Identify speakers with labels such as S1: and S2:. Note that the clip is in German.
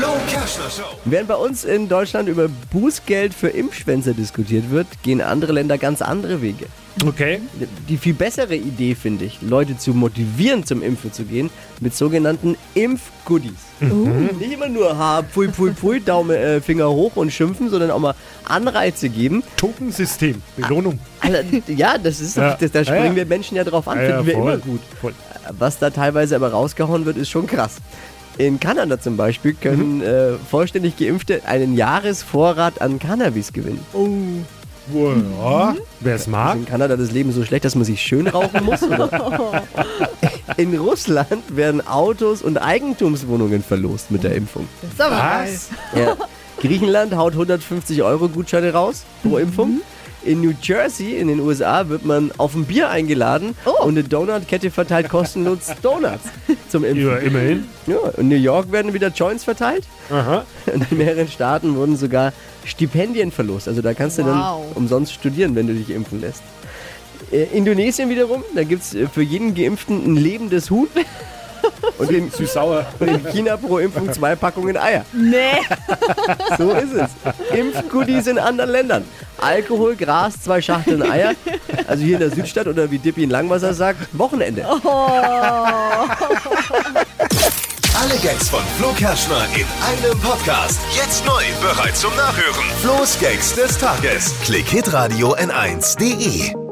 S1: Flo Kerschner Show.
S2: Während bei uns in Deutschland über Bußgeld für Impfschwänze diskutiert wird, gehen andere Länder ganz andere Wege.
S3: Okay.
S2: Die viel bessere Idee finde ich, Leute zu motivieren, zum Impfen zu gehen, mit sogenannten Impfgoodies.
S3: Mhm.
S2: Mhm. Nicht immer nur ha, pfui, pfui, pfui, Daumen, äh, Finger hoch und schimpfen, sondern auch mal Anreize geben.
S3: Tokensystem. Belohnung.
S2: Aller- ja, das ist,
S3: Ja.
S2: Das, da
S3: Ja,
S2: springen
S3: ja.
S2: wir Menschen ja drauf an,
S3: Ja, ja,
S2: Ah, finden wir
S3: voll,
S2: immer gut.
S3: voll.
S2: Was da teilweise aber rausgehauen wird, ist schon krass. In Kanada zum Beispiel
S3: Mhm.
S2: können äh, vollständig Geimpfte einen Jahresvorrat an Cannabis gewinnen. Oh.
S3: Boah, Oh, ja.
S2: Mhm.
S3: Wer es mag.
S2: Ist in Kanada das Leben so schlecht, dass man sich schön rauchen muss? Oder? In Russland werden Autos und Eigentumswohnungen verlost mit der Impfung.
S3: Was?
S2: Ja. Griechenland haut 150 Euro Gutscheine raus pro Impfung. In New Jersey, in den USA, wird man auf ein Bier eingeladen und eine Donutkette verteilt kostenlos Donuts zum Impfen.
S3: Ja, immerhin.
S2: Ja, in New York werden wieder Joints verteilt.
S3: Aha.
S2: Und in mehreren Staaten wurden sogar Stipendien verlost. Also da kannst du dann
S4: Wow.
S2: umsonst studieren, wenn du dich impfen lässt. Äh, Indonesien wiederum, da gibt es für jeden Geimpften ein lebendes Huhn. Und in,
S3: Süß-sauer.
S2: und in China pro Impfung zwei Packungen Eier.
S4: Nee.
S2: So ist es. Impfgoodies in anderen Ländern. Alkohol, Gras, zwei Schachteln Eier. Also hier in der Südstadt oder wie Dippi in Langwasser sagt, Wochenende.
S1: Alle Gags von Flo Kerschner in einem Podcast. Jetzt neu, bereit zum Nachhören. Flo's Gags des Tages. Klick Hitradio N1.de.